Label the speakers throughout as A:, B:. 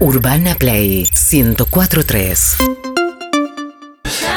A: Urbana Play 1043.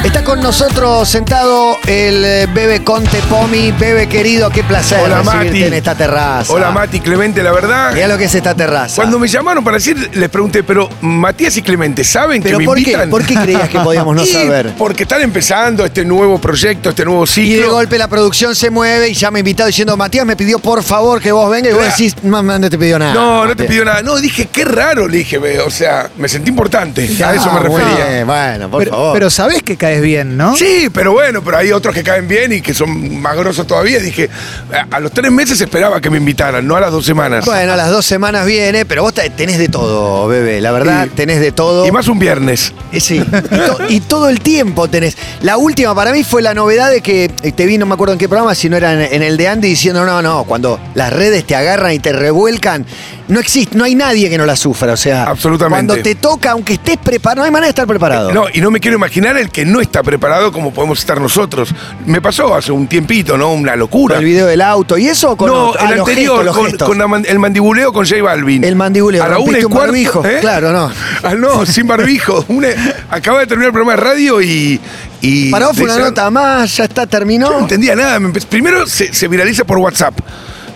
B: Está con nosotros sentado el eh, Bebe Conte Pomi. Bebe querido, qué placer
C: Hola,
B: recibirte
C: Mati.
B: en esta terraza.
C: Hola Mati, Clemente, la verdad.
B: Mirá lo que es esta terraza.
C: Cuando me llamaron para decir, les pregunté, pero Matías y Clemente, ¿saben
B: ¿Pero
C: que me
B: por qué?
C: invitan?
B: ¿Por qué creías que podíamos no
C: Y
B: saber?
C: Porque están empezando este nuevo proyecto, este nuevo
B: Y de
C: ciclo.
B: golpe la producción se mueve y ya me ha invitado diciendo, Matías me pidió por favor que vos vengas y vos
C: Claro.
B: decís, no, no, no te pidió nada.
C: no, no te pidió nada. No, dije, qué raro, le dije, ve, o sea, me sentí importante. a eso me
B: Ah, bueno,
C: refería.
B: eh, Bueno, por
D: pero,
B: favor.
D: pero sabés que caes bien, ¿no?
C: Sí, pero bueno, pero hay otros que caen bien y que son más grosos todavía. Dije, a- a los tres meses esperaba que me invitaran, no a las dos semanas.
B: bueno, a las dos semanas viene, pero vos te- tenés de todo, bebé. La verdad,
C: Y-
B: tenés de todo.
C: Y más un viernes.
B: Eh, Sí, y, to- y todo el tiempo tenés. La última para mí fue la novedad de que eh, te vi, no me acuerdo en qué programa, si no era en, en el de Andy, diciendo, no, no, cuando las redes te agarran y te revuelcan, no existe, no hay nadie que no la sufra. O sea,
C: Absolutamente. Eh,
B: cuando te toca, aunque estés preparado, no hay manera de estar preparado.
C: No, y no me quiero imaginar el que no está preparado como podemos estar nosotros. Me pasó hace un tiempito, ¿no? Una
B: Con
C: locura.
B: el video del auto y eso o con
C: no,
B: otro? Ah,
C: el
B: los
C: anterior,
B: gestos, los
C: con,
B: gestos.
C: con la man- el mandibuleo con J Balvin.
B: El mandibuleo,
C: A la
B: rompiste
C: una y
B: un
C: cuarto,
B: barbijo,
C: ¿eh?
B: claro, no.
C: Ah, no, sin barbijo. Una- acababa de terminar el programa de radio y. y
B: Para vos fue una
C: decían-
B: nota más, ya está, terminó.
C: Yo no entendía nada. Me empe- Primero se, se viraliza por WhatsApp.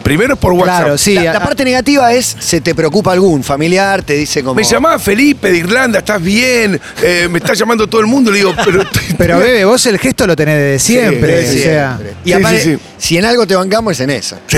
C: Primero por WhatsApp.
D: Claro, sí.
B: la, la
D: a-
B: parte negativa es, se te preocupa algún familiar, te dice como...
C: Me llamaba Felipe de Irlanda, ¿estás bien? Eh, me está llamando todo el mundo. Le digo, pero.
D: Pero bebé, vos el gesto lo tenés desde siempre.
B: Sí,
D: o sea,
B: siempre. Y
C: Sí,
B: aparte,
C: sí, sí.
B: si en algo te bancamos es en eso.
C: Sí.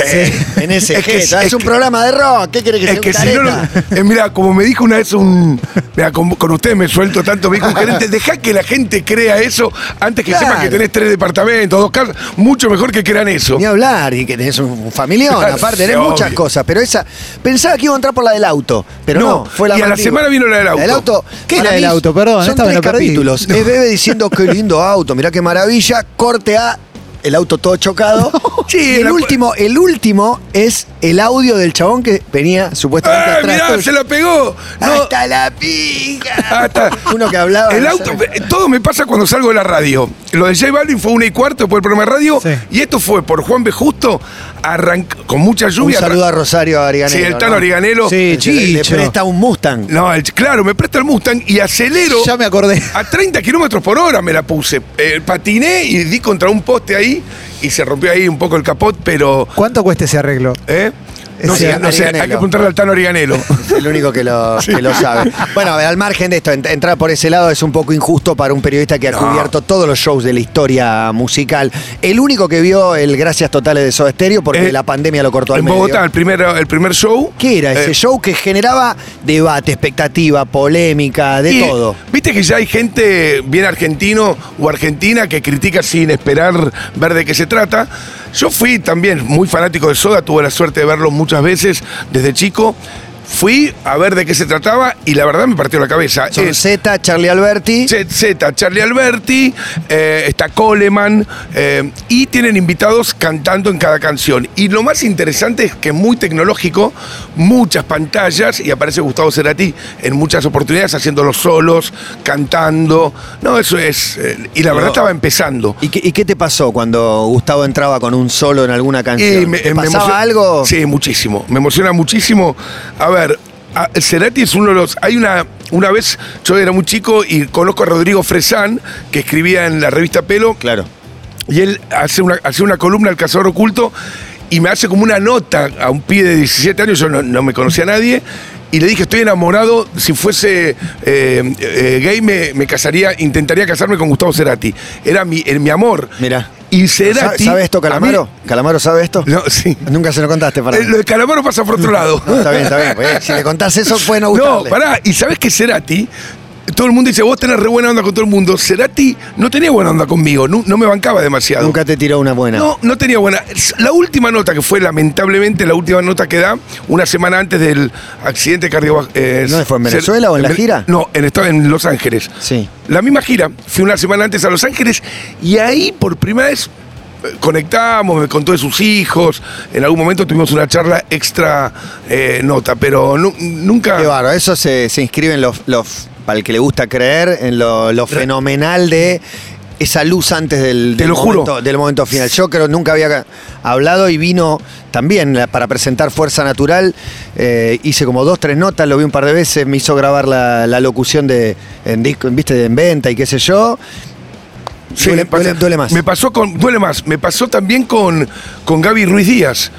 B: En ese
C: Es que-
B: gesto. Es,
C: es
B: un
C: que-
B: programa de rock. ¿Qué querés que
C: Es
B: sea?
C: que
B: un
C: si no, eh,
B: careta?
C: mira, como me dijo una vez un. Mira, con, con ustedes me suelto tanto, me dijo un gerente, dejá que la gente crea eso antes que
B: Claro.
C: sepa que tenés tres departamentos, dos casas, mucho mejor que crean eso.
B: Ni hablar, y que tenés un- un familión,
C: Claro,
B: aparte,
C: sí,
B: tenés muchas
C: obvio.
B: cosas, pero esa. Pensaba que iba a entrar por la del auto, pero no,
C: No,
B: fue la
C: y a la
B: mandíbula.
C: semana vino la del auto.
D: ¿Qué es
B: para
D: la del
B: mí,
D: auto? Perdón,
B: son
D: esta me
B: tres
D: la perdí.
B: capítulos.
D: No.
B: Es Bebe diciendo qué lindo auto, mirá qué maravilla, corte A, el auto todo chocado.
C: Sí,
B: y el
C: la-
B: último, el último es el audio del chabón que venía supuestamente
C: ¡Ah,
B: atrás.
C: mirá,
B: tuyo.
C: se la pegó! No,
B: ¡Hasta la pija!
C: hasta-
B: Uno que hablaba.
C: El
B: no
C: auto, eh,
B: sé.
C: todo me pasa cuando salgo de la radio. Lo de J Balvin fue una y cuarto por el programa de radio.
D: Sí.
C: Y esto fue por Juan B. Justo, arranc- con mucha
B: Un
C: lluvia.
B: saludo a Rosario Ariganero.
C: Sí, el Tano
B: ¿no?
C: Ariganelo.
D: Sí.
B: Le- Le
D: Chicho.
B: presta un Mustang.
C: No, el- claro, me presta el Mustang y acelero.
D: ya me acordé.
C: A 30 kilómetros por hora me la puse. Eh, patiné y di contra un poste ahí y se rompió ahí un poco el capot, pero.
D: ¿Cuánto cuesta ese arreglo?
C: ¿eh? No,
B: Es
C: sé,
B: el
C: no sé, hay
B: Ariganelo.
C: que apuntarle al Tano Origanelo.
B: Es el único que lo, que lo sabe. Bueno, a ver, al margen de esto, ent- entrar por ese lado es un poco injusto para un periodista que ha
C: No.
B: cubierto todos los shows de la historia musical. El único que vio el Gracias Totales de Soda Stereo porque
C: Eh,
B: la pandemia lo cortó al
C: En
B: medio.
C: Bogotá, el primer, el primer show.
B: ¿Qué era ese
C: Eh,
B: show que generaba debate, expectativa, polémica, de
C: y
B: todo?
C: Viste que ya hay gente bien argentino o argentina que critica sin esperar ver de qué se trata. Yo fui también muy fanático de Soda, tuve la suerte de verlo muchas veces desde chico. Fui a ver de qué se trataba y la verdad me partió la cabeza. Es-
B: Sonceta, Charlie Alberti.
C: Z, Z, Charlie Alberti, eh, está Coleman, eh, y tienen invitados cantando en cada canción. Y lo más interesante es que es muy tecnológico, muchas pantallas, y aparece Gustavo Cerati en muchas oportunidades haciendo los solos, cantando. No, eso es. eh, y la verdad
B: No.
C: estaba empezando.
B: ¿Y qué, y qué te pasó cuando Gustavo entraba con un solo en alguna canción?
C: Eh, me-
B: ¿Te
C: eh, me
B: ¿Pasaba
C: emociona-
B: algo?
C: Sí, muchísimo. Me emociona muchísimo. A ver, a- Cerati es uno de los. Hay una. Una vez yo era muy chico y conozco a Rodrigo Fresán, que escribía en la revista Pelo.
B: Claro.
C: Y él hace una, hace una columna al cazador oculto y me hace como una nota a un pibe de 17 años, yo no, no me conocía a nadie, y le dije, estoy enamorado, si fuese eh, eh, gay me, me casaría, intentaría casarme con Gustavo Cerati. Era mi, eh, mi amor.
B: Mirá.
C: Y
B: ¿Sabe,
C: Cerati...
B: sabe esto,
C: a mí-
B: Calamaro? ¿Calamaro sabe esto?
C: no, sí.
B: Nunca se lo contaste para
C: Eh,
B: mí.
C: Lo de Calamaro pasa por otro lado.
B: No, está bien, está bien. pues, si le contás eso, puede no
C: No,
B: gustarle.
C: pará, y sabes que Cerati, todo el mundo dice, vos tenés re buena onda con todo el mundo. Cerati no tenía buena onda conmigo, no, no me bancaba demasiado.
B: Nunca te tiró una buena.
C: No, no tenía buena. La última nota, que fue lamentablemente la última nota que da, una semana antes del accidente cardiovascular.
B: ¿No fue en Venezuela o en la gira?
C: No, en, esta- en Los Ángeles.
B: Sí.
C: La misma gira, fui una semana antes a Los Ángeles y ahí por primera vez eh, conectamos, me contó de sus hijos, en algún momento tuvimos una charla extra eh, nota, pero nu- nunca...
B: Qué bárbaro. Eso se, se inscribe en los, los- Para el que le gusta creer, en lo, lo fenomenal de. esa luz antes del,
C: Te
B: del
C: lo juro.
B: momento, del momento final. Yo creo nunca había hablado y vino también la- para presentar Fuerza Natural. Eh, hice como dos, tres notas, lo vi un par de veces, me hizo grabar la, la locución de en disco, en- viste, en venta y qué sé yo.
C: Sí,
B: duele,
C: me pasa-
B: duele- duele más.
C: Me pasó con. Duele más. Me pasó también con, con Gaby Ruiz Díaz.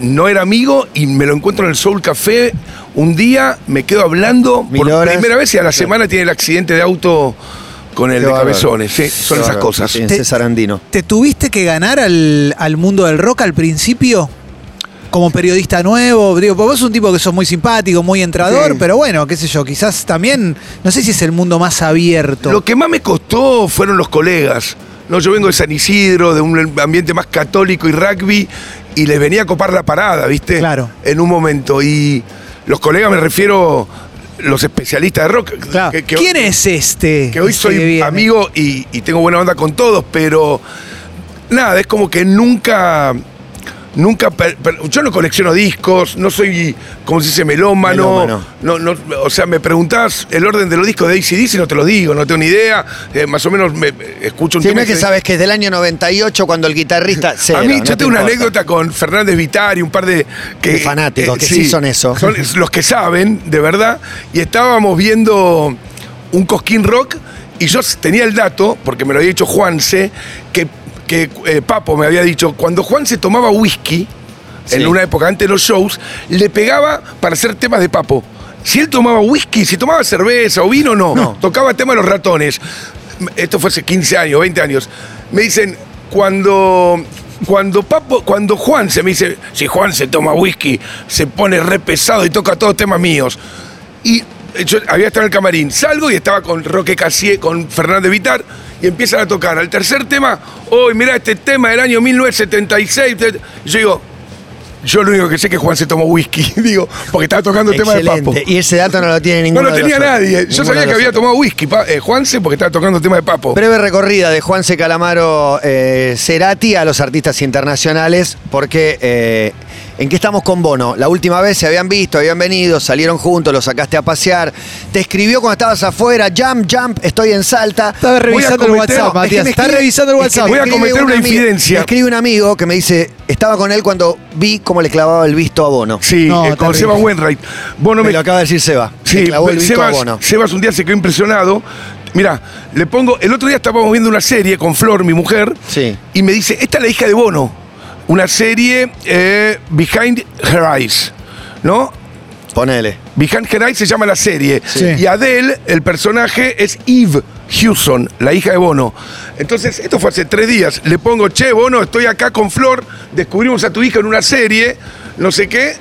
C: No era amigo y me lo encuentro en el Soul Café. Un día me quedo hablando
B: Mil
C: por
B: horas.
C: primera vez y a la semana tiene el accidente de auto con el
B: Qué
C: de
B: bárbaro.
C: cabezones. Sí, son
B: Qué
C: esas
B: bárbaro.
C: cosas.
B: Sí, en
D: Te-
B: César Andino.
D: ¿Te tuviste que ganar al, al mundo del rock al principio? Como periodista nuevo, digo, porque vos sos un tipo que sos muy simpático, muy entrador,
C: Sí.
D: pero bueno, qué sé yo, quizás también, no sé si es el mundo más abierto.
C: Lo que más me costó fueron los colegas. No, yo vengo de San Isidro, de un ambiente más católico y rugby, y les venía a copar la parada, ¿viste?
D: Claro.
C: En un momento. Y los colegas me refiero los especialistas de rock.
D: Claro.
C: que- que-
D: ¿Quién es este?
C: Que hoy
D: este
C: soy
D: que viene?
C: amigo y, y tengo buena onda con todos, pero nada, es como que nunca. Nunca. per- per- yo no colecciono discos, no soy, como se dice, melómano.
B: Melómano.
C: No, no, o sea, me preguntás el orden de los discos de ACDC y no te los digo, no tengo ni idea. eh, más o menos me, me- escucho un
B: Sí,
C: tema
B: no es
C: y
B: que
C: se-
B: sabes que es del año 98 cuando el guitarrista. cero,
C: a mí,
B: no
C: yo
B: te
C: tengo una
B: importa.
C: anécdota con Fernández Vitar y un par de. eh,
B: De fanáticos, que sí son eso.
C: Son los que saben, de verdad. Y estábamos viendo un Cosquín Rock y yo tenía el dato, porque me lo había dicho Juanse, que, que eh, Papo me había dicho, cuando Juanse tomaba whisky,
B: Sí.
C: en una época antes de los shows, le pegaba para hacer temas de Papo. Si él tomaba whisky, si tomaba cerveza o vino, no. Tocaba tema de los ratones. Esto fue hace 15 años, 20 años. Me dicen, cuando, cuando Papo, cuando Juan se me dice, si Juan se toma whisky, se pone re pesado y toca todos temas míos. Y eh, yo había estado en el camarín, salgo y estaba con Roque Casier, con Fernández Vitar, y empiezan a tocar. Al tercer tema, hoy mirá este tema del año 1976. te- Yo digo, yo lo único que sé es que Juan se tomó whisky, digo, porque estaba tocando el tema de Papo.
B: Excelente. Y ese dato no lo tiene
C: No
B: ninguno.
C: lo
B: de
C: tenía
B: los otros.
C: nadie. Yo
B: Ninguno de
C: sabía que
B: los
C: había
B: otros.
C: tomado whisky, pa- eh, Juanse, porque estaba tocando el tema de Papo.
B: Breve recorrida de Juan C. Calamaro eh, Cerati a los artistas internacionales, porque eh, ¿en qué estamos con Bono? La última vez se habían visto, habían venido, salieron juntos, lo sacaste a pasear, te escribió cuando estabas afuera, jump, jump, estoy en Salta.
D: Estaba revisando el
C: cometer-
D: WhatsApp,
C: no,
B: Es que
D: Matías.
B: me
D: Está
B: escribe-
D: revisando el
B: es que
D: WhatsApp.
B: me
C: Voy a
B: escribe
C: cometer
B: un
C: una
B: ami-
C: infidencia.
B: Me escribe un amigo que me dice, estaba con él cuando vi cómo le clavaba el visto a Bono.
C: Sí,
D: No,
C: eh, con
D: terrible.
C: Seba Wainwright. Bono
B: me
C: me,
B: lo acaba de decir Seba.
C: Sí,
B: le clavó el visto a
C: Sebas,
B: Bono.
C: Sebas un día se quedó impresionado. Mirá, le pongo. El otro día estábamos viendo una serie con Flor, mi mujer.
B: Sí.
C: Y me dice: Esta es la hija de Bono. Una serie eh, Behind Her Eyes. ¿No?
B: Ponele.
C: Behind Her Eyes se llama la serie.
D: Sí.
C: Y Adele, el personaje, es Eve Hewson, la hija de Bono. Entonces, esto fue hace tres días. Le pongo, che, Bono, estoy acá con Flor, descubrimos a tu hija en una serie, no sé qué.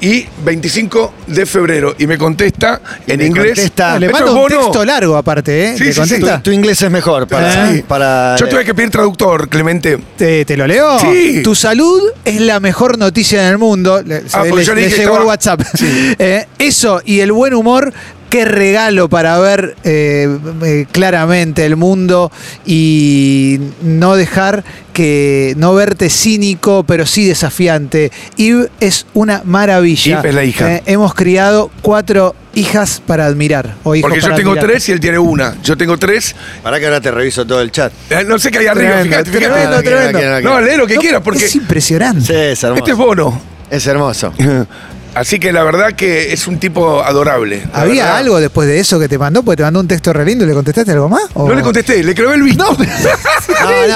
C: Y 25 de febrero. Y me contesta en
B: me
C: inglés.
B: contesta,
D: Le
C: "Esto
D: manda
C: es
D: un
C: Bono".
D: texto largo aparte, ¿eh?
C: Sí,
D: ¿Te
C: sí, Eh.
D: contesta?
B: Tu, tu inglés es mejor para...
D: Sí.
B: para- eh,
C: Yo tuve que pedir traductor, Clemente.
D: ¿Te, te lo leo?
C: Sí.
D: Tu salud es la mejor noticia en el mundo. Le, se-
C: Ah, porque
D: le-
C: yo le
D: le
C: dije que
D: llegó el
C: estaba-
D: WhatsApp. Eh, eso y el buen humor, qué regalo para ver eh, eh, claramente el mundo y no dejar que no verte cínico, pero sí desafiante. Eve es una maravilla. Eh,
C: Eve es la hija.
D: hemos criado cuatro hijas para admirar. o hijos
C: Porque yo
D: para
C: tengo
D: admirar.
C: tres y él tiene una. Yo tengo tres.
B: Pará que ahora te reviso todo el chat.
C: Eh, No sé qué hay arriba.
D: Tremendo,
C: fíjate, fíjate.
D: tremendo,
C: No,
D: tremendo.
C: quiero, no quiero. No, lee lo que
D: No,
C: quieras, porque
D: Es impresionante.
B: Sí, es hermoso.
C: este es Bono.
B: Es hermoso.
C: Así que la verdad que es un tipo adorable. la
D: ¿Había
C: verdad.
D: algo después de eso que te mandó? Porque te mandó un texto re lindo y le contestaste algo más. ¿O-
C: No le contesté, le clavé el visto.
B: No,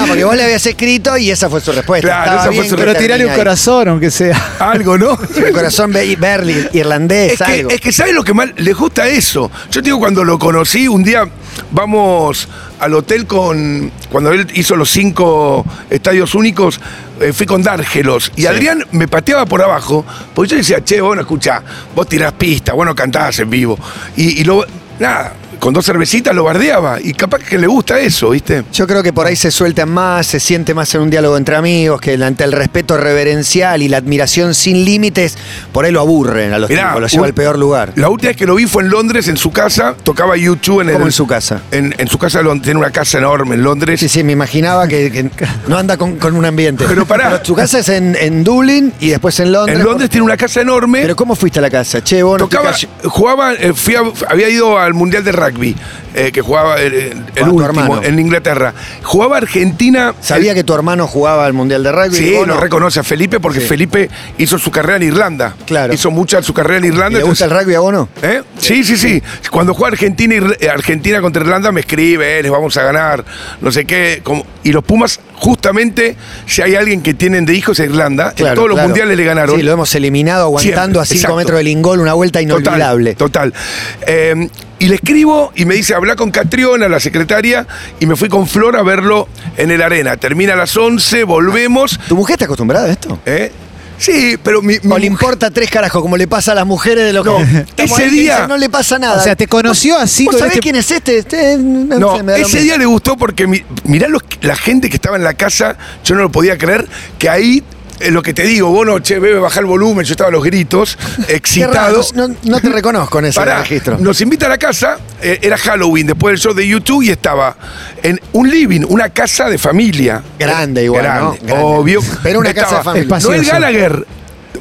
B: no, porque vos le habías escrito y esa fue su respuesta.
C: Claro,
B: Estaba
C: esa fue
B: bien
C: su
B: que
D: Pero
C: respuesta.
D: tirale
B: termine
D: un
B: ahí.
D: corazón, aunque sea.
C: algo, ¿no?
B: Un corazón be- Berlin, irlandés,
C: Es que,
B: algo.
C: es que ¿sabes lo que más les gusta eso? Yo te digo, cuando lo conocí, un día vamos al hotel con. Cuando él hizo los cinco estadios únicos, eh, fui con Dárgelos. Y Adrián me pateaba por abajo, porque yo decía, che, bueno, escucha, vos tirás pista, vos no cantás en vivo. Y, y lo. Nada, con dos cervecitas lo bardeaba. Y capaz que le gusta eso, ¿viste?
B: Yo creo que por ahí se sueltan más, se siente más en un diálogo entre amigos, que ante el respeto reverencial y la admiración sin límites, por ahí lo aburren a los
C: Mirá,
B: tipos, lo lleva
C: un-
B: al peor lugar.
C: La última vez que lo vi fue en Londres, en su casa, tocaba YouTube en el-
B: Como en su casa.
C: En, en su casa, Lon- tiene una casa enorme en Londres.
B: Sí, sí, me imaginaba que, que no anda con, con un ambiente.
C: Pero pará.
B: Su casa es en, en Dublín y después en Londres.
C: en Londres tiene una casa enorme.
B: Pero ¿cómo fuiste a la casa? Che, vos no te
C: tocaba,
B: calles.
C: jugaba, eh, fui a- había ido al Mundial de Rugby. rugby, eh, que jugaba el, el
B: Con tu
C: último
B: hermano.
C: en Inglaterra. Jugaba Argentina.
B: Sabía
C: el-
B: que tu hermano jugaba al Mundial de Rugby.
C: Sí,
B: ¿o
C: lo reconoce a Felipe porque
B: Sí.
C: Felipe hizo su carrera en Irlanda.
B: Claro.
C: Hizo mucha su carrera en
B: ¿Y
C: Irlanda.
B: ¿Le gusta el rugby a vos no?
C: ¿Eh? Sí, sí, sí. Cuando juega Argentina, y Re- eh, Argentina contra Irlanda me escribe, eh, les vamos a ganar, no sé qué. como- y los Pumas, justamente, si hay alguien que tienen de hijos a Irlanda, en
B: Claro,
C: todos los
B: claro.
C: mundiales le ganaron.
B: Sí, lo hemos eliminado aguantando
C: Siempre,
B: a 5
C: exacto.
B: metros del ingol una vuelta inolvidable.
C: Total. total. Eh, y le escribo y me dice, habla con Catriona, la secretaria, y me fui con Flor a verlo en el arena. Termina a las 11, volvemos.
B: ¿Tu mujer está acostumbrada a esto?
C: ¿eh? Sí, pero mi, mi
B: No le
C: mujer-
B: importa tres carajos, como le pasa a las mujeres de los
C: No,
B: Estamos
C: ese
B: ahí que
C: día-
B: dicen, No le pasa nada.
D: O sea, te conoció así
B: ¿Vos
D: con
B: sabés
D: este-
B: quién es este? Este, eh, no
C: No,
B: sé, me da lo
C: ese
B: mismo.
C: día le gustó porque mi- mirá los- la gente que estaba en la casa, yo no lo podía creer, que ahí, eh, lo que te digo, vos no, che, bebe, baja el volumen, yo estaba a los gritos,
B: Qué raro,
C: excitado.
B: no, no te reconozco en ese
C: Pará,
B: registro.
C: nos invita a la casa, eh, era Halloween, después del show de YouTube y estaba en un living, una casa de familia.
B: Grande igual, ¿no? Grande.
C: obvio.
B: Pero una casa de familia.
C: Noel
D: Espacioso.
C: Gallagher,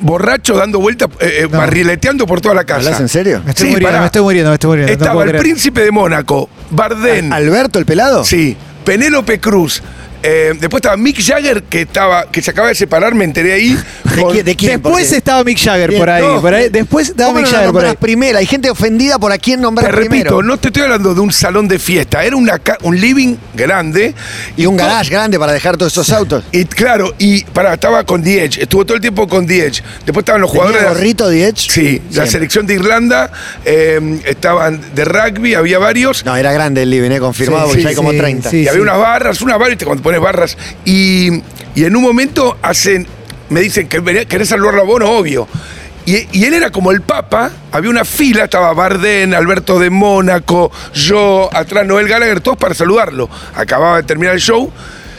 C: borracho, dando vueltas, eh, eh,
D: No.
C: barrileteando por toda la casa.
B: ¿Hablas en serio?
D: Me estoy
C: Sí,
D: muriendo,
C: pará.
D: me estoy muriendo, me estoy muriendo. no
C: Estaba
D: puedo
C: el
D: creer.
C: príncipe de Mónaco, Bardem.
B: ¿Alberto el pelado?
C: Sí, Penélope Cruz. Eh, después estaba Mick Jagger, que estaba que se acaba de separar, me enteré ahí.
B: ¿De
C: con-
B: quién? ¿De quién?
D: Después
B: Porque-
D: estaba Mick Jagger
B: Bien,
D: por ahí,
C: no.
D: por ahí. Después estaba
B: ¿Cómo
D: Mick
B: no la
D: Jagger por
B: nombrás
D: ahí.
B: primera? Hay gente ofendida por a quién nombrar
C: Te
B: primero.
C: repito, no te estoy hablando de un salón de fiesta, era una ca- un living grande.
B: Y un
C: to-
B: garage grande para dejar todos esos autos.
C: Y claro, y pará, estaba con Diech, estuvo todo el tiempo con Diech. Después estaban los jugadores.
B: ¿Tenía
C: de la-
B: gorrito Diech?
C: Sí, la
B: Siempre.
C: selección de Irlanda, eh, estaban de rugby, había varios.
B: No, era grande el living, eh, confirmado,
D: Sí,
B: porque
D: sí,
B: ya hay como
D: sí,
B: 30.
D: sí.
C: y había unas barras, unas barras, ¿viste? cuando pones barras. Y, y en un momento hacen, me dicen, que venía- ¿querés saludarlo a Bono? Obvio. Y, y él era como el Papa, había una fila, estaba Bardén, Alberto de Mónaco, yo, atrás Noel Gallagher, todos para saludarlo. Acababa de terminar el show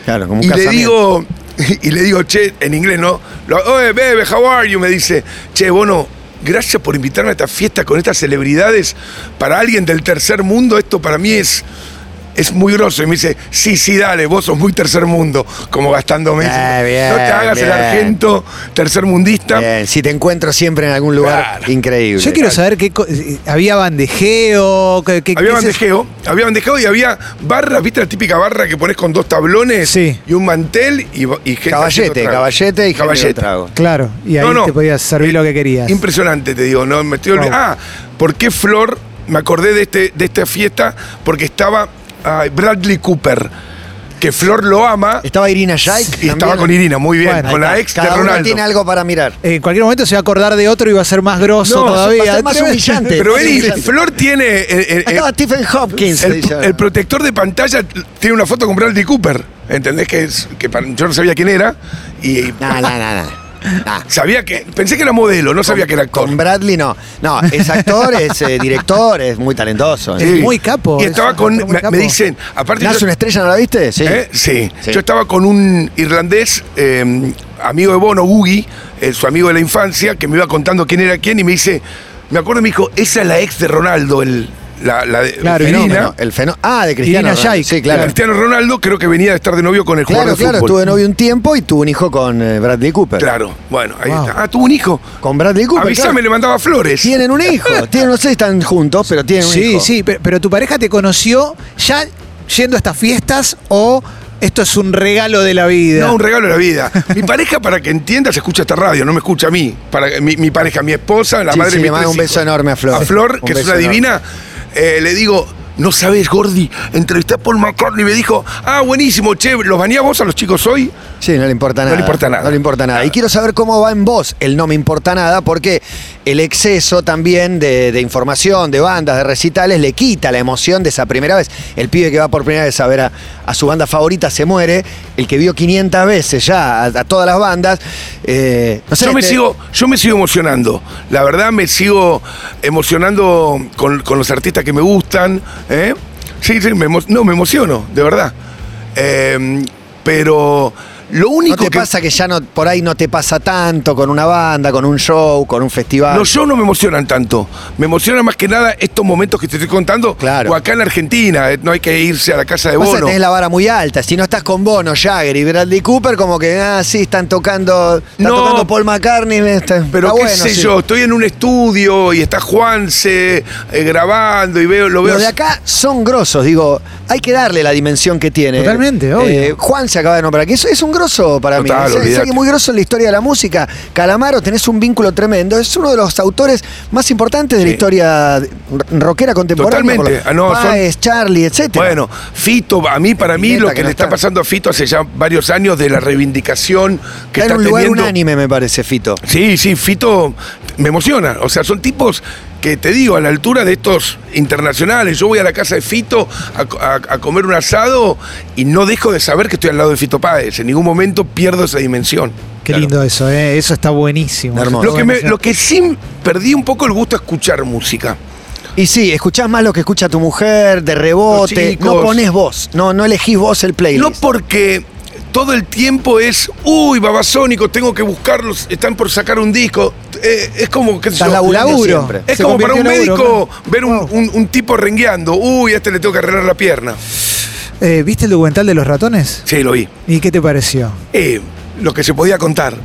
B: Claro, como un
C: y le
B: casamiento.
C: digo, y le digo, che, en inglés, ¿no? Lo- Oye, bebe, how are you? Me dice, che, Bono, gracias por invitarme a esta fiesta con estas celebridades. Para alguien del tercer mundo, esto para mí es. Es muy groso y me dice, sí, sí, dale, vos sos muy tercer mundo, como gastándome.
B: Ah, bien,
C: no te hagas
B: bien.
C: el argento tercermundista.
B: Bien, si te encuentro siempre en algún lugar,
C: Claro.
B: increíble.
D: Yo quiero saber qué. co- eh, ¿Había bandejeo? ¿Qué, qué-
C: Había
D: qué se-
C: bandejeo, había bandejeo y había barras, ¿viste la típica barra que pones con dos tablones
D: Sí.
C: y un mantel y, y gente haciendo
B: Caballete,
C: trago?
B: caballete y caballete.
C: Caballete.
B: Trago.
D: Claro, y ahí
C: No, no.
D: te podías servir lo que querías.
C: Impresionante, te digo, no me estoy olvidando.
D: Wow.
C: Ah, ¿por qué Flor? Me acordé de, este, de esta fiesta porque estaba ay, Bradley Cooper, que Flor lo ama y
B: Estaba Irina Shayk.
C: estaba con Irina, muy bien,
D: Bueno,
C: con la ex
B: Cada
C: de
B: uno
C: Ronaldo. Eh,
B: tiene algo para mirar.
D: En cualquier momento se va a acordar de otro y va a ser más grosso
C: No,
D: todavía.
B: va a ser más
D: Tremendo.
B: humillante.
C: Pero Eri,
B: Sí, sí.
C: Flor tiene. eh, eh,
B: Acaba
C: eh,
B: Stephen Hopkins.
C: el,
B: dice.
C: el protector de pantalla tiene una foto con Bradley Cooper. ¿Entendés que es? Que para- yo no sabía quién era. Y, y
B: No, no, no, no. No.
C: sabía que. Pensé que era modelo, no sabía que era actor.
B: Con Bradley no. No, es actor, es eh, director, es muy talentoso.
C: Sí.
D: muy capo,
C: Y
D: es
C: estaba
D: un
C: con.
D: actor muy
C: Me,
D: capo.
C: me dicen. Aparte
B: ¿Nace
C: yo-
B: una estrella, no la viste? Sí.
C: ¿Eh? Sí.
B: Sí.
C: Yo estaba con un irlandés, eh, amigo de Bono, Boogie, eh, su amigo de la infancia, que me iba contando quién era quién y me dice, me acuerdo, me dijo, esa es la ex de Ronaldo, el, la, la de
D: Claro,
B: El
C: Irina,
B: fenómeno, el fenó- Ah, de Cristiano.
D: Irina
B: Ronaldo.
D: Shayk.
B: Sí, claro. Claro,
C: Cristiano Ronaldo, creo que venía de estar de novio con el
B: claro,
C: jugador de fútbol.
B: estuvo de novio un tiempo y tuvo un hijo con eh, Bradley Cooper.
C: Claro, bueno, ahí
D: Wow.
C: está. Ah, tuvo un hijo.
B: Con Bradley Cooper.
C: Avisame,
B: claro.
C: le mandaba flores.
B: Tienen un hijo. Tienen, no sé si están juntos, pero tienen un
D: Sí,
B: hijo.
D: sí, pe- pero, tu pareja te conoció ya yendo a estas fiestas o esto es un regalo de la vida.
C: No, un regalo de la vida. Mi pareja, para que entiendas, escucha esta radio, no me escucha a mí. Para, mi, mi pareja, mi esposa, la
B: Sí,
C: madre
B: sí,
C: de mis
B: le mando
C: tres
B: un beso
C: hijos.
B: enorme a Flor.
C: A
B: Un
C: Flor, que es
B: beso
C: una
B: enorme.
C: divina, eh, le digo. No sabes, Gordi, entrevisté a Paul McCartney y me dijo, ah, buenísimo, che, ¿los bañás vos a los chicos hoy?
B: Sí, no le importa
C: No
B: nada.
C: le importa nada.
B: No le importa nada. Y quiero saber cómo va en vos el no me importa nada, porque el exceso también de, de información, de bandas, de recitales, le quita la emoción de esa primera vez. El pibe que va por primera vez a ver a, a su banda favorita se muere, el que vio 500 veces ya a, a todas las bandas. eh, no sé,
C: yo, me
B: te-
C: sigo, yo me sigo emocionando. La verdad, me sigo emocionando con, con los artistas que me gustan. ¿eh? Sí, sí, me emo- no, me emociono, de verdad. Eh, Em, pero Lo único
B: ¿No te
C: que
B: pasa que ya no, por ahí no te pasa tanto con una banda, con un show, con un festival?
C: Los shows no me emocionan tanto. Me emocionan más que nada estos momentos que te estoy contando.
B: Claro.
C: O acá en la Argentina. eh, No hay que irse a la casa de
B: Pasa que
C: Bono.
B: tenés la vara muy alta. Si no estás con Bono, Jagger y Bradley Cooper, como que, ah, sí, están tocando, están
C: No.
B: tocando Paul McCartney. está-
C: Pero
B: está
C: qué
B: Ah, bueno,
C: sé
B: sí.
C: yo, estoy en un estudio y está Juanse eh, grabando y veo, lo veo.
B: Los de acá son grosos, digo, hay que darle la dimensión que tiene. Eh,
D: Totalmente, obvio.
B: Juan se acaba de nombrar, que eso es un grosso para
C: Total,
B: mí. ¿eh? Es- Es,
C: olvídate.
B: alguien muy grosso en la historia de la música. Calamaro, tenés un vínculo tremendo. Es uno de los autores más importantes de la
C: Sí.
B: historia de- rockera contemporánea.
C: Totalmente.
B: por lo-
C: Ah, no, son-
B: Páez, Charlie, etcétera.
C: Bueno, Fito, a mí, para mí,
B: Spinetta
C: lo
B: que
C: que
B: no
C: le está
B: está.
C: pasando a Fito hace ya varios años de la reivindicación
B: está
C: que está,
B: en un lugar
C: teniendo.
B: unánime, me parece, Fito.
C: Sí, sí, Fito me emociona. O sea, son tipos que te digo, a la altura de estos internacionales. Yo voy a la casa de Fito a, co- a- a comer un asado y no dejo de saber que estoy al lado de Fito Páez. En ningún momento pierdo esa dimensión.
D: Qué
C: Claro.
D: lindo eso, ¿eh? Eso está buenísimo.
B: Hermoso.
C: Lo que, me- lo que sí perdí un poco el gusto a escuchar música.
B: Y sí, escuchás más lo que escucha tu mujer, de
C: Los
B: rebote.
C: chicos.
B: No pones vos, no, no elegís vos el playlist.
C: No porque todo el tiempo es, uy, babasónico, tengo que buscarlos, están por sacar un disco. Eh, es como que
B: Estás laburando
D: laburo.
B: siempre.
C: Es
D: Se
C: como para
D: convirtió
C: un
D: en laburo,
C: médico
D: claro.
C: ver un,
D: Wow.
C: un- un tipo rengueando. Uy, a este le tengo que arreglar la pierna.
D: Eh, ¿Viste el documental de los ratones?
C: Sí, lo vi.
D: ¿Y qué te pareció?
C: Eh, lo que se podía contar.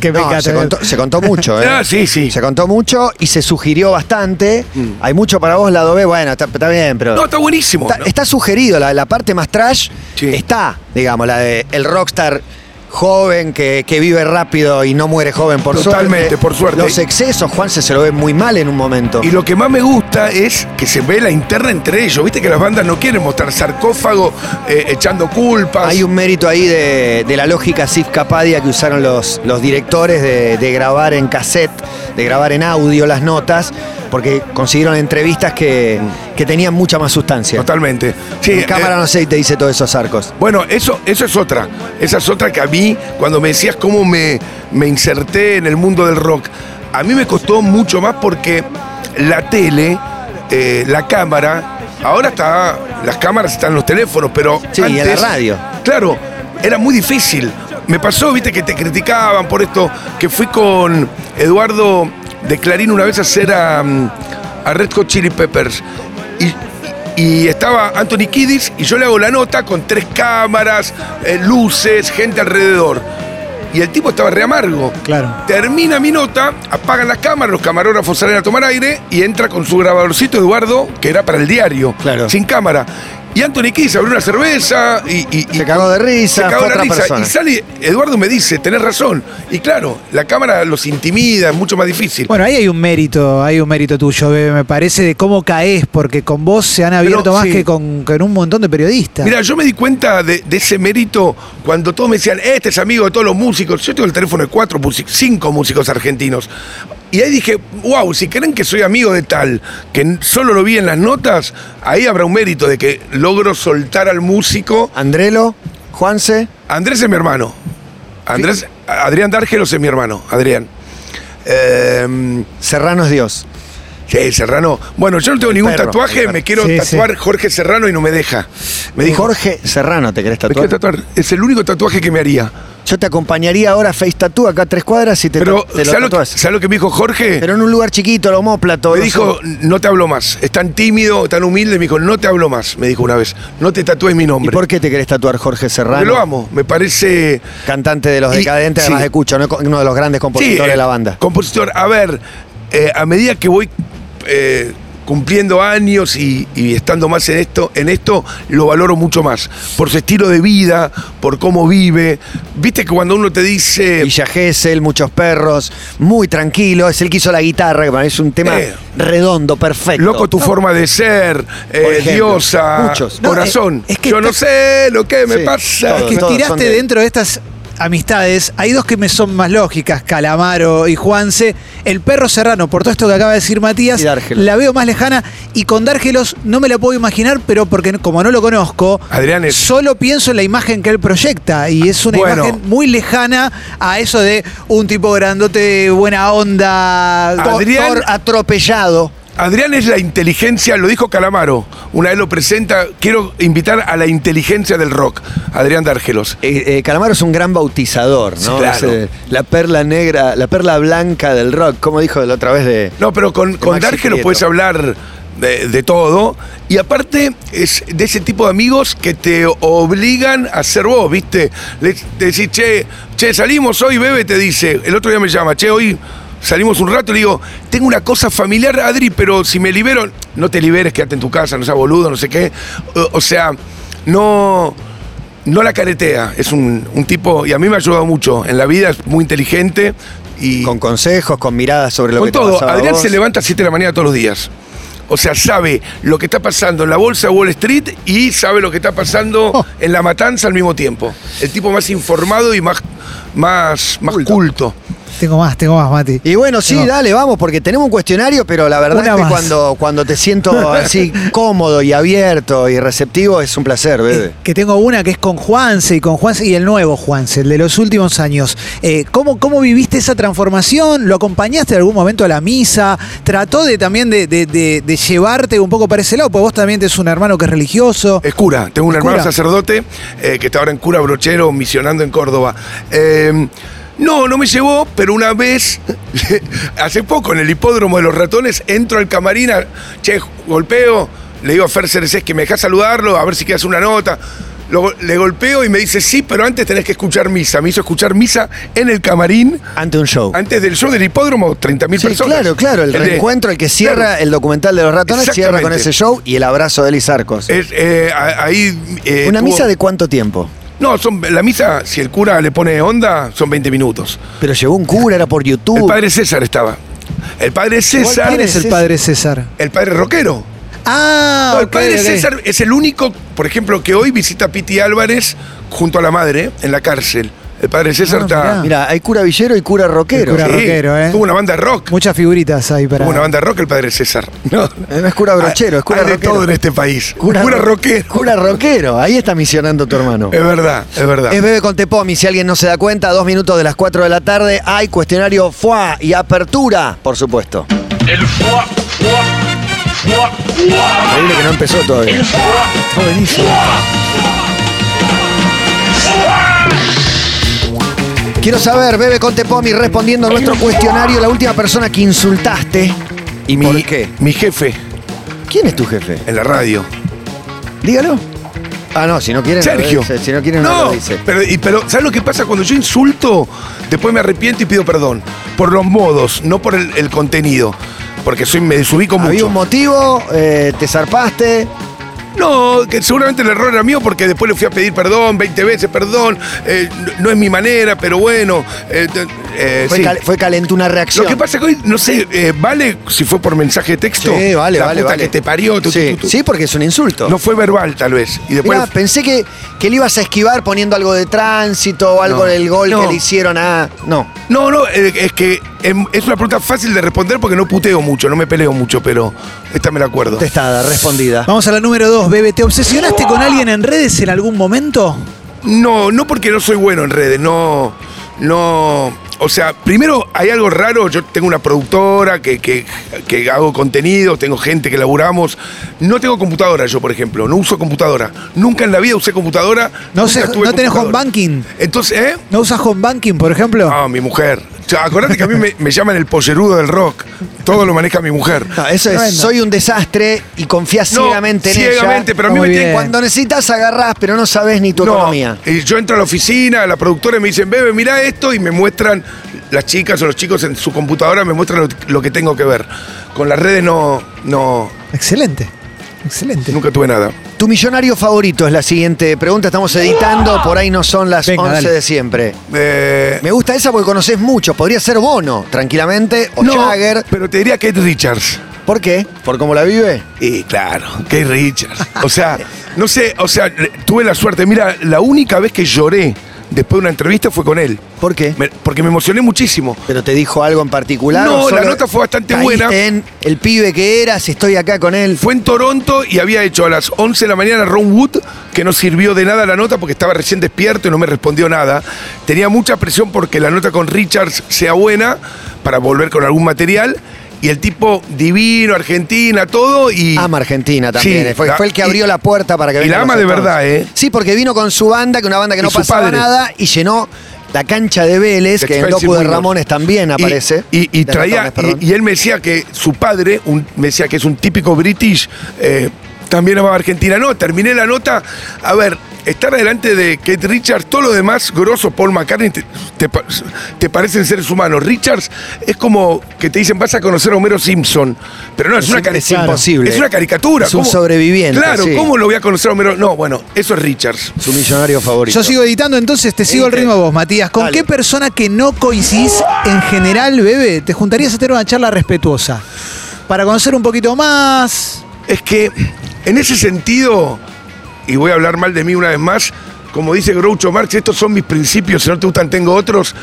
D: que
B: No, se, contó, se contó mucho, ¿eh?
C: Ah, sí, sí. Mm.
B: Se contó mucho y se sugirió bastante. Hay mucho para vos, lado B. Bueno, está, está bien, pero.
C: No, está buenísimo.
B: está,
C: ¿no?
B: está sugerido, la, la parte más trash
C: Sí.
B: está, digamos, la de el rockstar joven que, que vive rápido y no muere joven, por
C: Totalmente,
B: suerte.
C: por suerte.
B: Los excesos, Juan se, se lo ve muy mal en un momento.
C: Y lo que más me gusta es que se ve la interna entre ellos. Viste que las bandas no quieren mostrar sarcófago eh, echando culpas.
B: Hay un mérito ahí de, de la lógica Sif Capadia que usaron los, los directores de, de grabar en cassette, de grabar en audio las notas, porque consiguieron entrevistas que, que tenían mucha más sustancia.
C: Totalmente. Sí,
B: En cámara
C: eh,
B: no sé y te dice todos esos arcos.
C: Bueno, eso, eso es otra. Esa es otra que a mí, cuando me decías cómo me, me inserté en el mundo del rock, a mí me costó mucho más porque la tele, eh, la cámara, ahora está, las cámaras están en los teléfonos, pero
B: Sí, y en la
C: antes-
B: radio.
C: Claro, era muy difícil. Me pasó, viste, que te criticaban por esto, que fui con Eduardo de Clarín una vez a hacer a, mm, a Red Hot Chili Peppers. Y, y estaba Anthony Kiddis y yo le hago la nota con tres cámaras, eh, luces, gente alrededor. Y el tipo estaba re amargo.
D: Claro.
C: Termina mi nota, apagan las cámaras, los camarógrafos salen a tomar aire y entra con su grabadorcito Eduardo, que era para el diario,
B: Claro.
C: sin cámara. Y Anthony Kiss abrió una cerveza y, y- y-
B: Se cagó de risa,
C: se cagó
B: fue
C: la
B: otra
C: risa.
B: persona.
C: Y sale, Eduardo me dice, tenés razón. Y claro, la cámara los intimida, es mucho más difícil.
D: Bueno, ahí hay un mérito, hay un mérito tuyo, Bebe, me parece, de cómo caes, porque con vos se han abierto más
C: sí.
D: que con, con un montón de periodistas.
C: Mira, yo me di cuenta de, de ese mérito cuando todos me decían, este es amigo de todos los músicos. Yo tengo el teléfono de cuatro, músicos, cinco músicos argentinos. Y ahí dije, wow, si creen que soy amigo de tal, que n- solo lo vi en las notas, ahí habrá un mérito de que logro soltar al músico.
B: Andrelo, Juanse,
C: Andrés es mi hermano. Andrés, Adrián Dárgelos es mi hermano, Adrián. Em,
B: Serrano es Dios.
C: Sí, Serrano. Bueno, yo no tengo ningún
B: perro, el
C: tatuaje,
B: perro.
C: me quiero
D: Sí,
C: tatuar Jorge Serrano y no me deja. Me dijo,
B: Jorge Serrano, ¿te querés
C: me quiero
B: tatuar?
C: tatuar. Es el único tatuaje que me haría.
B: Yo te acompañaría ahora a Face Tattoo acá a tres cuadras y te,
C: Pero,
B: te lo
C: ¿sabes lo, que-
B: tatuás.
C: ¿sabes lo que me dijo Jorge?
B: Pero en un lugar chiquito, el homóplato.
C: me
B: no
C: dijo,
B: sé.
C: no te hablo más. Es tan tímido, tan humilde. Me dijo, no te hablo más. Me dijo una vez, no te tatúes mi
B: ¿Y
C: nombre.
B: por qué te querés tatuar Jorge Serrano?
C: Porque lo amo. Me parece.
B: Cantante de los
C: Y-
B: decadentes, además
C: sí.
B: de Cucho, ¿no? uno de los grandes compositores
C: Sí,
B: de la
C: eh,
B: banda.
C: Compositor, a ver, eh, a medida que voy eh, cumpliendo años y, y estando más en esto, en esto lo valoro mucho más. Por su estilo de vida, por cómo vive. Viste que cuando uno te dice.
B: Villa Gesell, muchos perros, muy tranquilo. Es el que hizo la guitarra, que para mí es un tema
C: Eh.
B: redondo, perfecto.
C: Loco tu forma de ser, eh,
B: Por ejemplo,
C: diosa,
B: muchos.
D: No,
C: corazón.
D: eh, es que
C: Yo no
D: está-
C: sé lo que me
B: Sí,
C: pasa.
B: todo.
D: que
B: todos son
D: tiraste
B: de-
D: dentro de estas amistades, hay dos que me son más lógicas, Calamaro y Juanse. El perro serrano, por todo esto que acaba de decir Matías,
B: Y Dárgelos.
D: la veo más lejana. Y con Dárgelos no me la puedo imaginar, pero porque no- como no lo conozco,
C: Adrián es-
D: solo pienso en la imagen que él proyecta. Y es una
C: Bueno.
D: imagen muy lejana a eso de un tipo grandote, buena onda. Ah,
C: Adrián-
B: Thor atropellado.
C: Adrián es la inteligencia, lo dijo Calamaro. una vez lo presenta, quiero invitar a la inteligencia del rock, Adrián de Argelos.
B: Eh, eh, Calamaro es un gran bautizador, ¿no?
C: Sí, claro.
B: Es, eh, la perla negra, la perla blanca del rock, como dijo la otra vez de.
C: No, pero con, con
B: Maxi
C: Dargelos
B: Prieto.
C: puedes hablar de, de todo. Y aparte, es de ese tipo de amigos que te obligan a ser vos, ¿viste? Le, te decís, che, che, salimos hoy, bebe, te dice. El otro día me llama, che, hoy. Salimos un rato y le digo, tengo una cosa familiar, Adri, pero si me libero, no te liberes, quédate en tu casa, no seas boludo, no sé qué. O, o sea, no, no la caretea. Es un, un tipo, y a mí me ha ayudado mucho. En la vida es muy inteligente y
B: Con consejos, con miradas sobre lo
C: con
B: que te
C: todo,
B: pasaba a
C: Adrián
B: vos.
C: se levanta a 7 de la mañana todos los días. O sea, sabe lo que está pasando en la bolsa de Wall Street y sabe lo que está pasando
B: Oh.
C: en la matanza al mismo tiempo. El tipo más informado y más, más, más culto.
D: Tengo más, tengo más, Mati.
B: Y bueno, sí,
D: No.
B: dale, vamos, porque tenemos un cuestionario, pero la verdad
D: Una
B: es que
D: más.
B: cuando, cuando te siento así cómodo y abierto y receptivo, es un placer, bebé.
D: Eh, Que tengo una que es con Juanse y con Juanse y el nuevo Juanse, el de los últimos años. Eh, ¿cómo, ¿Cómo viviste esa transformación? ¿Lo acompañaste en algún momento a la misa? ¿Trató de también de, de- de- de llevarte un poco para ese lado? Pues vos también tenés un hermano que es religioso.
C: Es cura. Tengo un
D: Es
C: hermano
D: cura.
C: sacerdote eh, que está ahora en cura brochero, misionando en Córdoba. Eh, no, no me llevó, pero una vez, hace poco, en el hipódromo de los ratones, entro al camarín, a- che, golpeo, le digo a Fer Cerecés que me deja saludarlo, a ver si quieres una nota. Lo go- le golpeo y me dice, sí, pero antes tenés que escuchar misa. Me hizo escuchar misa en el camarín,
B: Ante un show.
C: antes del show del hipódromo, 30.000
B: Sí,
C: personas.
B: claro, claro, el,
C: de-
B: reencuentro, el que cierra
C: Claro.
B: el documental de los ratones, cierra con
C: Exactamente.
B: ese show y el abrazo de Eli Sarcos.
C: Es, eh, a- ahí, eh,
B: ¿Una
C: tuvo-
B: misa de cuánto tiempo?
C: No, son, la misa, si el cura le pone onda, son 20 minutos.
B: Pero llegó un cura, era por YouTube.
C: El padre César estaba. El padre César.
D: ¿Quién es el
B: César.
D: padre César?
C: El padre rockero.
D: Ah,
C: No, el
D: ok,
C: padre
D: ok.
C: César es el único, por ejemplo, que hoy visita a Piti Álvarez junto a la madre en la cárcel. El padre César
D: Ah,
C: está.
B: Mira, hay cura villero y cura rockero.
D: cura- rockero, ¿eh?
C: Tuvo una banda de rock.
D: Muchas figuritas ahí para.
C: Tuvo una banda de rock el padre César. No,
B: Eh, No es cura brochero, es cura
C: Hay de
B: rockero.
C: todo en este país. Cura, rockero.
B: Cura rockero, ahí está misionando tu hermano.
C: Es verdad, es verdad.
B: Es Bebe con Tepomi, si alguien no se da cuenta, dos minutos de las cuatro de la tarde, hay cuestionario FUA y apertura, por supuesto.
E: El foie, foie, foie, foie.
B: Increíble que no empezó todavía.
E: El foie,
B: Está buenísimo. Quiero saber, Bebe con Tepomi, respondiendo a nuestro cuestionario, la última persona que insultaste.
C: ¿Y mi,
B: ¿Por qué?
C: mi jefe
B: ¿Quién es tu jefe?
C: en la radio.
B: Dígalo. Ah, no, si no quieren. no lo
C: Sergio.
B: dice, Si no quieren, no, lo dice.
C: Pero, y- pero ¿sabes lo que pasa? Cuando yo insulto, después me arrepiento y pido perdón. Por los modos, no por el, el contenido. Porque soy, me desubico
B: Había
C: mucho. Eh,
B: un motivo, eh, te zarpaste.
C: no, que seguramente el error era mío porque después le fui a pedir perdón 20 veces, perdón. eh, no, no es mi manera, pero bueno. eh, te- eh,
B: Fue,
C: sí.
B: cal- fue calentó una reacción.
C: Lo que pasa es que hoy, no sé, eh, ¿vale si fue por mensaje de texto?
B: Sí, vale,
C: La
B: vale,
C: puta
B: vale.
C: que te parió. tu,
B: sí.
C: tu, tu, tu.
B: sí, porque es un insulto.
C: No fue verbal, tal vez. Y después
B: Mirá, pensé que, que le ibas a esquivar poniendo algo de tránsito o algo
C: No.
B: del gol que
C: No.
B: le hicieron a. No.
C: No, no, eh, es que em, es una pregunta fácil de responder porque no puteo mucho, no me peleo mucho, pero esta me la acuerdo.
B: Testada, respondida.
D: Vamos a la número dos, Bebe. ¿Te obsesionaste con alguien en redes en algún momento?
C: No, no porque no soy bueno en redes, no, no. O sea, primero hay algo raro, yo tengo una productora que, que- que hago contenido, tengo gente que laburamos. No tengo computadora yo, por ejemplo, no uso computadora. Nunca en la vida usé computadora.
D: No
C: nunca
D: sé-
C: tuve
D: no tenés
C: computadora.
D: home banking.
C: Entonces, ¿eh?
D: ¿No usas home banking, por ejemplo?
C: Ah, mi mujer. O sea, acordate que a mí me, me llaman el pollerudo del rock. Todo lo maneja mi mujer.
D: Ah.
B: No, Ah, eso es,
D: Tremendo.
B: soy un desastre y confías
C: No,
B: ciegamente en
C: ciegamente,
B: ella.
C: pero a mí
D: Muy
C: me
D: bien.
C: tienen
B: Cuando necesitas agarrás, pero no sabes ni tu economía.
C: eh, yo entro a la oficina, a la productora y me dicen, bebe, mira esto, y me muestran, las chicas o los chicos en su computadora me muestran lo, lo que tengo que ver. Con las redes no, no,
D: Excelente. Excelente.
C: nunca tuve nada.
B: Tu millonario favorito es la siguiente pregunta. Estamos editando, por ahí no son las
D: Venga,
B: 11
D: dale.
B: de siempre.
C: Eh,
B: Me gusta esa porque conoces mucho. Podría ser Bono, tranquilamente, o
C: no,
B: Jagger.
C: pero te diría Kate Richards.
B: ¿Por qué? ¿Por cómo la vive?
C: Y claro, Kate Richards. O sea, no sé, o sea, le- tuve la suerte. Mira, la única vez que lloré después de una entrevista fue con él.
B: ¿Por qué?
C: Me- porque me emocioné muchísimo.
B: ¿Pero te dijo algo en particular?
C: No,
B: o solo
C: la nota fue bastante
B: caíste
C: buena.
B: en el pibe que eras, estoy acá con él.
C: Fue en Toronto y había hecho a las 11 de la mañana Ron Wood, que no sirvió de nada la nota porque estaba recién despierto y no me respondió nada. Tenía mucha presión porque la nota con Richards sea buena para volver con algún material. Y el tipo divino, Argentina, todo. Y,
B: Ama Argentina también. eh,
C: Sí,
B: fue,
C: la-
B: fue el que
C: y-
B: abrió la puerta para que
C: y
B: vengan
C: la ama
B: los
C: de
B: Stones.
C: verdad, ¿eh?
B: Sí, porque vino con su banda, que una banda que
C: Y
B: no
C: su
B: pasaba
C: padre.
B: nada, y llenó la cancha de Vélez,
C: The
B: que en el
C: Expensive
B: docu de
C: Windows.
B: Ramones también
C: Y-
B: aparece.
C: Y, y
B: De
C: traía.
B: Ratones, perdón.
C: y, y él me decía que su padre, un- me decía que es un típico british, eh, también amaba Argentina. No, terminé la nota. A ver, estar delante de Kate Richards, todo lo demás, grosso, Paul McCartney, te, te pa- te parecen seres humanos. Richards es como que te dicen, vas a conocer a Homero Simpson. Pero no, es,
B: Es im-
C: una
B: es
C: caricatura.
B: imposible.
C: Es una caricatura.
B: Es un sobreviviente,
C: Claro,
B: sí.
C: ¿cómo lo voy a conocer a Homero? No, bueno, eso es Richards.
B: Su millonario favorito. Este,
D: Yo sigo editando, entonces te sigo el ritmo vos, Matías. ¿Con
B: Dale.
D: qué persona que no coincidís en general, bebé, te juntarías a tener una charla respetuosa? Para conocer un poquito más.
C: Es que en ese sentido, y voy a hablar mal de mí una vez más, como dice Groucho Marx, estos son mis principios, si no te gustan tengo otros.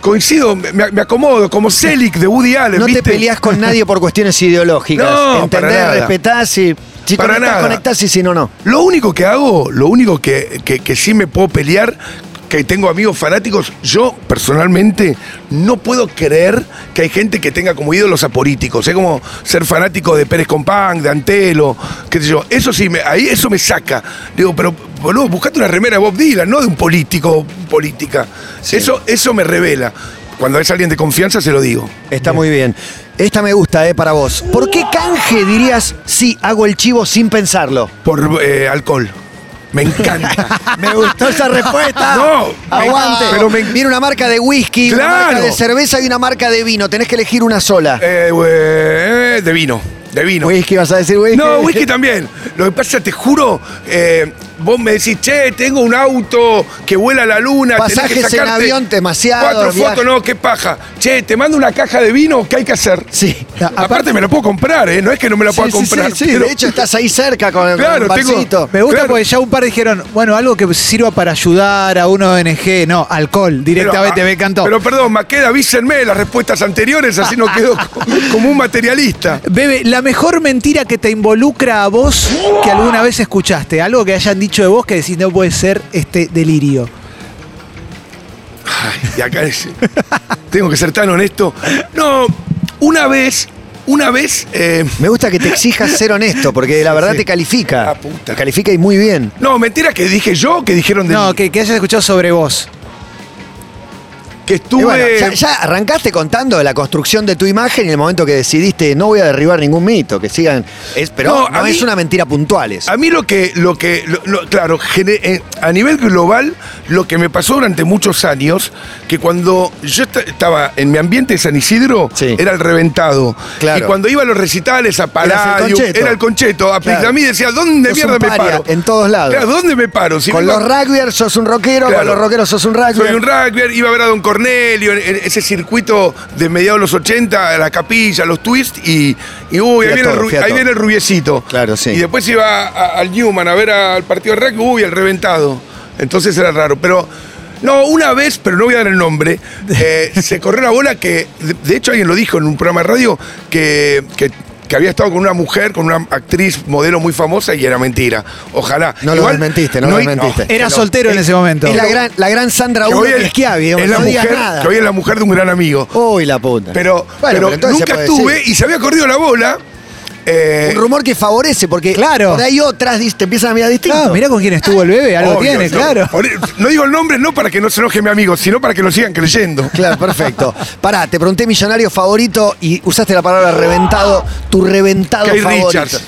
C: Coincido, me, me acomodo, como Selig de Woody Allen,
B: No te
C: ¿viste?
B: peleás con nadie por cuestiones ideológicas.
C: No,
B: Entendés,
C: para nada.
B: respetás y. Si
C: Para
B: conectás,
C: nada.
B: conectás y si no, no.
C: Lo único que hago, lo único que, que- que sí me puedo pelear, que tengo amigos fanáticos, yo personalmente no puedo creer que hay gente que tenga como ídolos a políticos. Es como ser fanático de Pérez Compán, de Antelo, qué sé yo. Eso sí, me- ahí eso me saca. Digo, pero boludo, buscate una remera de Bob Dylan, no de un político, política. Eso, eso me revela. Cuando es alguien de confianza se lo digo.
B: Está muy bien. Esta me gusta, eh, para vos. ¿Por qué canje dirías sí, hago el chivo sin pensarlo?
C: Por eh, alcohol. Me encanta.
B: Me gustó esa respuesta.
C: No,
B: aguante.
C: me- pero me-
B: Viene una marca de whisky, una
C: Claro.
B: marca de cerveza y una marca de vino. Tenés que elegir una sola.
C: Eh, eh, de vino, de vino.
B: Whisky, vas a decir whisky.
C: No, whisky también. Lo que pasa, te juro, eh, vos me decís, che, tengo un auto que vuela a la luna. tenés que
B: Pasajes en
C: sacarte
B: avión, demasiado,
C: Cuatro
B: viaje.
C: fotos, no, qué paja. Che, te mando una caja de vino, ¿qué hay que hacer?
B: Sí.
C: Aparte, me lo puedo comprar, ¿eh? No es que no me lo pueda
B: Sí, sí,
C: comprar.
B: sí, sí.
C: pero-
B: De hecho, estás ahí cerca con el
C: Claro,
B: con el
C: tengo-
B: barcito.
D: Me gusta
C: Claro.
D: porque ya un par dijeron, bueno, algo que sirva para ayudar a una ONG. No, alcohol,
C: pero,
D: directamente,
C: ah,
D: me encantó.
C: Pero perdón, Maqueda, avísenme las respuestas anteriores, así no quedo co- como un materialista.
D: Bebe, la mejor mentira que te involucra a vos que alguna vez escuchaste. Algo que hayan dicho de vos que decís no puede ser este delirio.
C: Ay, y acá es- tengo que ser tan honesto. No, una vez, una vez. eh,
B: Me gusta que te exijas ser honesto, porque la verdad te califica.
C: Ah, puta.
B: Te califica y muy bien.
C: no, mentira que dije yo, que dijeron de mí.
D: No, que, que hayas escuchado sobre vos.
C: que
B: Y
C: estuve.
B: bueno, ya, ya arrancaste contando de la construcción de tu imagen y el momento que decidiste no voy a derribar ningún mito, que sigan. Es, pero no,
C: No, a
B: es
C: mí-
B: una mentira puntual eso.
C: A mí lo que, lo que, lo- lo- claro, gene- eh, a nivel global, lo que me pasó durante muchos años, que cuando yo esta- estaba en mi ambiente de San Isidro,
B: Sí.
C: era el reventado.
B: Claro.
C: Y cuando iba a los recitales, a Palladium,
B: concheto.
C: era el concheto, a
B: Claro.
C: Pictamí decía, ¿dónde
B: Sos
C: mierda
B: un
C: me
B: paria
C: paro?
B: en todos lados.
C: Claro, ¿dónde me paro? Si
B: con
C: vengo-
B: los rugbyers sos un rockero,
C: Claro.
B: con los rockeros sos un rugby.
C: Soy un rugby, iba a ver a Don Cornelio en, en ese circuito de mediados de los 80, a la capilla, los twists, y, y
B: Fui
C: uy,
B: a
C: ahí, viene,
B: todo,
C: el,
B: fui a
C: ru- ahí
B: todo.
C: viene el rubiecito.
B: Claro, sí.
C: Y después iba a- al Newman a ver al partido de rugby, uy, el reventado. Entonces era raro. Pero, no, una vez, pero no voy a dar el nombre, eh, se corrió una bola que, de, de hecho alguien lo dijo en un programa de radio, que... que- que había estado con una mujer, con una actriz modelo muy famosa y era mentira. Ojalá.
B: No lo desmentiste, no lo
C: hay-
B: desmentiste.
D: Era
C: pero-
D: soltero en ese momento.
B: Es la gran, la gran Sandra
C: que
B: Uno
C: hoy es-
B: Esquiavi,
C: es la
B: no digas
C: mujer,
B: nada.
C: que hoy es la mujer de un gran amigo.
B: Uy, la puta.
C: Pero,
B: Bueno,
C: pero
B: entonces se
C: nunca
B: puede
C: estuve
B: decir.
C: y se había corrido la bola. eh,
B: Un rumor que favorece, porque
D: Claro.
B: por ahí otras dis- te empiezan a mirar distinto.
D: Ah, mirá con quién estuvo el bebé, algo
C: obvio,
D: tiene,
C: no,
D: claro.
C: por- e, no digo el nombre no para que no se enoje mi amigo, sino para que lo sigan creyendo.
B: Claro, perfecto. Pará, te pregunté millonario favorito y usaste la palabra reventado, tu reventado
C: Kay
B: favorito.
C: Richards.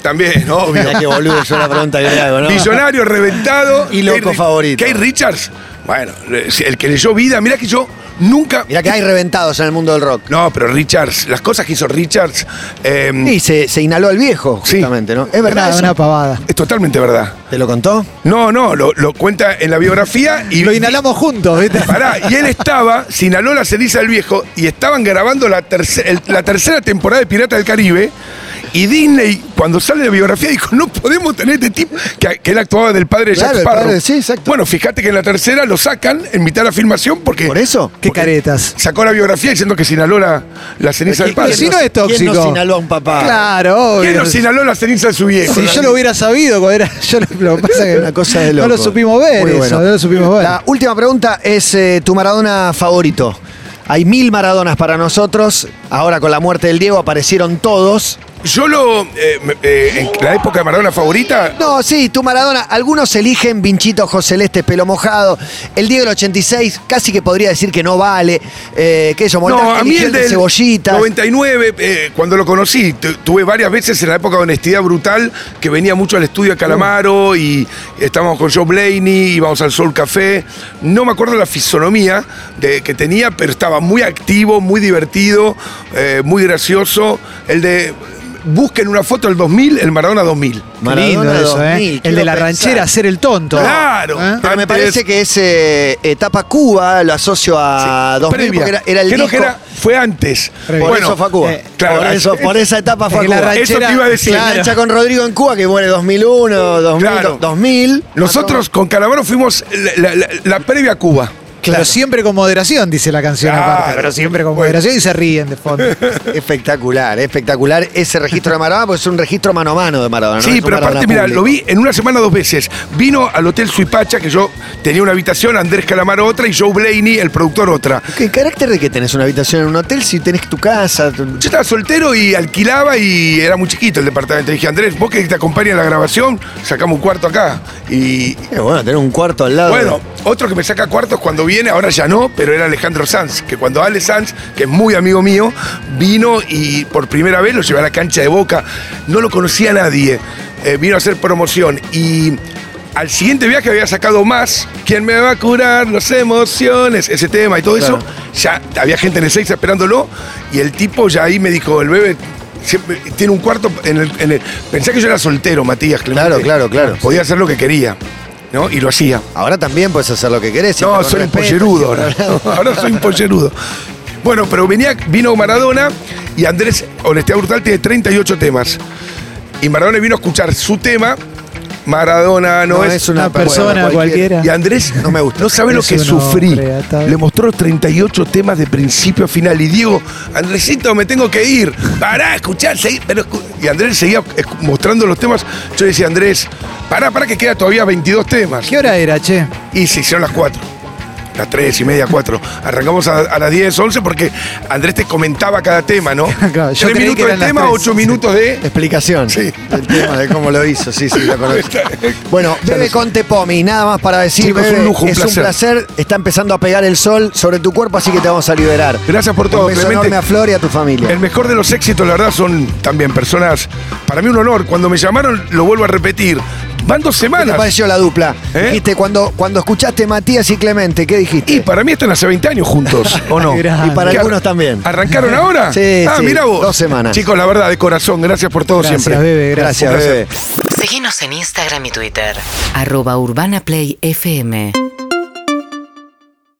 C: También, obvio.
B: Mirá qué boludo, yo la pregunta que le hago, ¿no?
C: Millonario, reventado.
B: Y loco
C: Kay Ri-
B: favorito.
C: Kay Richards. Bueno, eh, el que leyó vida, mirá que yo nunca.
B: Mirá que hay reventados en el mundo del rock.
C: No, pero Richards, las cosas que hizo Richards. eh,
B: Y se, se inhaló al viejo,
C: Sí.
B: justamente, ¿no? Es verdad.
D: Nada,
B: eso?
D: una pavada.
C: Es totalmente verdad.
B: ¿Te lo contó?
C: No, no, lo, lo cuenta en la biografía y
D: Lo inhalamos juntos, ¿viste?
C: Pará, y él estaba, se inhaló la ceniza del viejo y estaban grabando la, terce- el- la tercera temporada de Pirata del Caribe. Y Disney, cuando sale la biografía, dijo: No podemos tener este tipo. Que, que él actuaba del padre de
B: Claro,
C: Jack
B: el
C: Sparrow.
B: padre, sí, exacto.
C: Bueno, fíjate que en la tercera lo sacan en mitad de la filmación porque.
B: ¿Por eso?
D: Qué caretas.
C: Sacó la biografía diciendo que se inhaló la, la ceniza del padre.
D: Pero si no es tóxico.
B: ¿Quién no inhaló a un papá?
D: Claro,
C: ¿Quién
D: obvio.
C: nos inhaló la ceniza de su viejo?
D: Si yo lo hubiera sabido, cuando era, yo lo, lo pasa que
B: Una cosa de loco.
D: No lo supimos ver
B: Muy
D: eso,
B: bueno.
D: no lo supimos ver.
B: La última pregunta es eh, tu Maradona favorito. Hay mil Maradonas para nosotros. Ahora con la muerte del Diego aparecieron todos.
C: Yo lo. eh, me- eh, en la época de Maradona favorita.
B: No, sí, tú Maradona. Algunos eligen Vinchito, Ojos Celeste, Pelo Mojado. El Diego del 86, casi que podría decir que no vale. Eh, que eso,
C: No,
B: Moltán
C: a mí
B: eligió
C: el del
B: Cebollitas.
C: 99, eh, cuando lo conocí, tu- tuve varias veces en la época de Honestidad Brutal, que venía mucho al estudio de Calamaro
B: Mm.
C: y estábamos con Joe Blaney, íbamos al Sol Café. No me acuerdo la fisonomía de- que tenía, pero estaba muy activo, muy divertido, eh, muy gracioso. El de, busquen una foto del 2000, el Maradona 2000.
B: Maradona
D: Lindo eso,
B: 2000,
D: ¿eh? El
B: quiero
D: de la
B: pensar.
D: ranchera, hacer el tonto.
C: Claro.
D: ¿Eh?
B: Pero me
C: Antes-
B: parece que es eh, etapa Cuba, lo asocio a
C: Sí,
B: 2000
C: previa.
B: porque era, era el
C: Creo
B: disco.
C: que era, fue antes.
B: Por
C: Bueno,
B: eso fue a Cuba.
D: eh,
C: claro,
B: por, eso,
C: es-
B: por esa etapa fue a
D: en la
B: Cuba.
D: ranchera-
C: Eso te iba a decir.
B: Se
D: Claro.
B: engancha con Rodrigo en Cuba, que muere 2001, 2000.
C: Claro.
B: 2000.
C: Nosotros con Calamaro fuimos la, la- la- la previa a Cuba.
B: Claro.
D: Pero siempre con moderación, dice la canción
C: Claro.
D: aparte. Pero siempre con
C: Bueno.
D: moderación y se ríen de fondo.
B: Espectacular, espectacular ese registro de Maradona, porque es un registro mano a mano de Maradona. no
C: sí,
B: es un
C: pero
B: Maradona
C: aparte, mira,
B: público.
C: lo vi en una semana dos veces. Vino al Hotel Suipacha, que yo tenía una habitación, Andrés Calamaro otra y Joe Blaney, el productor, otra.
B: ¿Qué carácter de que tenés una habitación en un hotel si tenés tu casa? tu-
C: Yo estaba soltero y alquilaba y era muy chiquito el departamento. Dije, Andrés, vos que te acompañas en la grabación, sacamos un cuarto acá. Y,
B: Eh, bueno, tener un cuarto al lado.
C: Bueno, otro que me saca cuartos cuando viene, ahora ya no, pero era Alejandro Sanz, que cuando Ale Sanz, que es muy amigo mío, vino y por primera vez lo llevé a la cancha de Boca, no lo conocía nadie, eh, vino a hacer promoción y al siguiente viaje había sacado más, ¿quién me va a curar las emociones? Ese tema y todo
B: Claro.
C: eso, ya había gente en el 6 esperándolo y el tipo ya ahí me dijo, el bebé... siempre tiene un cuarto en el, en el- Pensé que yo era soltero, Matías. Clemente.
B: Claro, claro, claro.
C: Podía hacer lo que quería, ¿no? Y lo hacía.
B: Ahora también puedes hacer lo que querés.
C: No,
B: siempre con
C: soy un
B: respeto,
C: pollerudo ahora.
B: siempre con-
C: Ahora soy un pollerudo. Bueno, pero venía, vino Maradona y Andrés Honestidad Brutal tiene 38 temas. Y Maradona vino a escuchar su tema. Maradona no,
B: No,
C: es,
B: es una
D: persona cualquiera.
C: Y Andrés, no me gusta. No sabe lo
D: Es
C: que
D: un
C: sufrí.
D: hombre atado.
C: Le mostró 38 temas de principio a final. Y Diego, Andresito, me tengo que ir. Pará, escuchá, seguí. Pero escu- y Andrés seguía escu- mostrando los temas. Yo le decía, Andrés, pará, pará, que queda todavía 22 temas.
D: ¿Qué hora era, che?
C: Y se hicieron las 4. Las 3 y media, 4. Arrancamos a, a las 10, 11 porque Andrés te comentaba cada tema, ¿no?
D: Claro, yo
C: 3
D: creí que
C: minutos de
D: eran las
C: tema,
D: tres.
C: 8 minutos de...
B: Explicación
C: Sí.
B: del tema de cómo lo hizo, sí, sí, lo conozco. Bueno, Bebe Conte Pomi, nada más para decir,
C: Chicos,
B: Bebe,
C: un lujo, un
B: es un
C: placer.
B: placer, está empezando a pegar el sol sobre tu cuerpo, así que te vamos a liberar.
C: Gracias por todo,
B: Un beso
C: Clemente.
B: enorme a Flor y a tu familia.
C: El mejor de los éxitos, la verdad, son también personas... Para mí un honor. Cuando me llamaron, lo vuelvo a repetir. Van dos
B: ¿Qué te
C: semanas.
B: pareció la dupla?
C: ¿Eh?
B: Dijiste, cuando, cuando escuchaste Matías y Clemente, ¿qué dijiste?
C: Y para mí están hace 20 años juntos, ¿o no?
D: Qué grande.
B: Y para
C: ¿Que ar-
B: algunos también.
C: ¿Arrancaron ahora?
B: Sí,
C: Ah,
B: sí,
C: mira vos.
B: dos semanas.
C: Chicos, la verdad, de corazón, gracias por todo
D: Gracias,
C: siempre.
D: Bebe,
B: Gracias,
C: Un placer.
B: Bebe.
A: Seguinos en Instagram y Twitter. Arroba Urbana Play FM.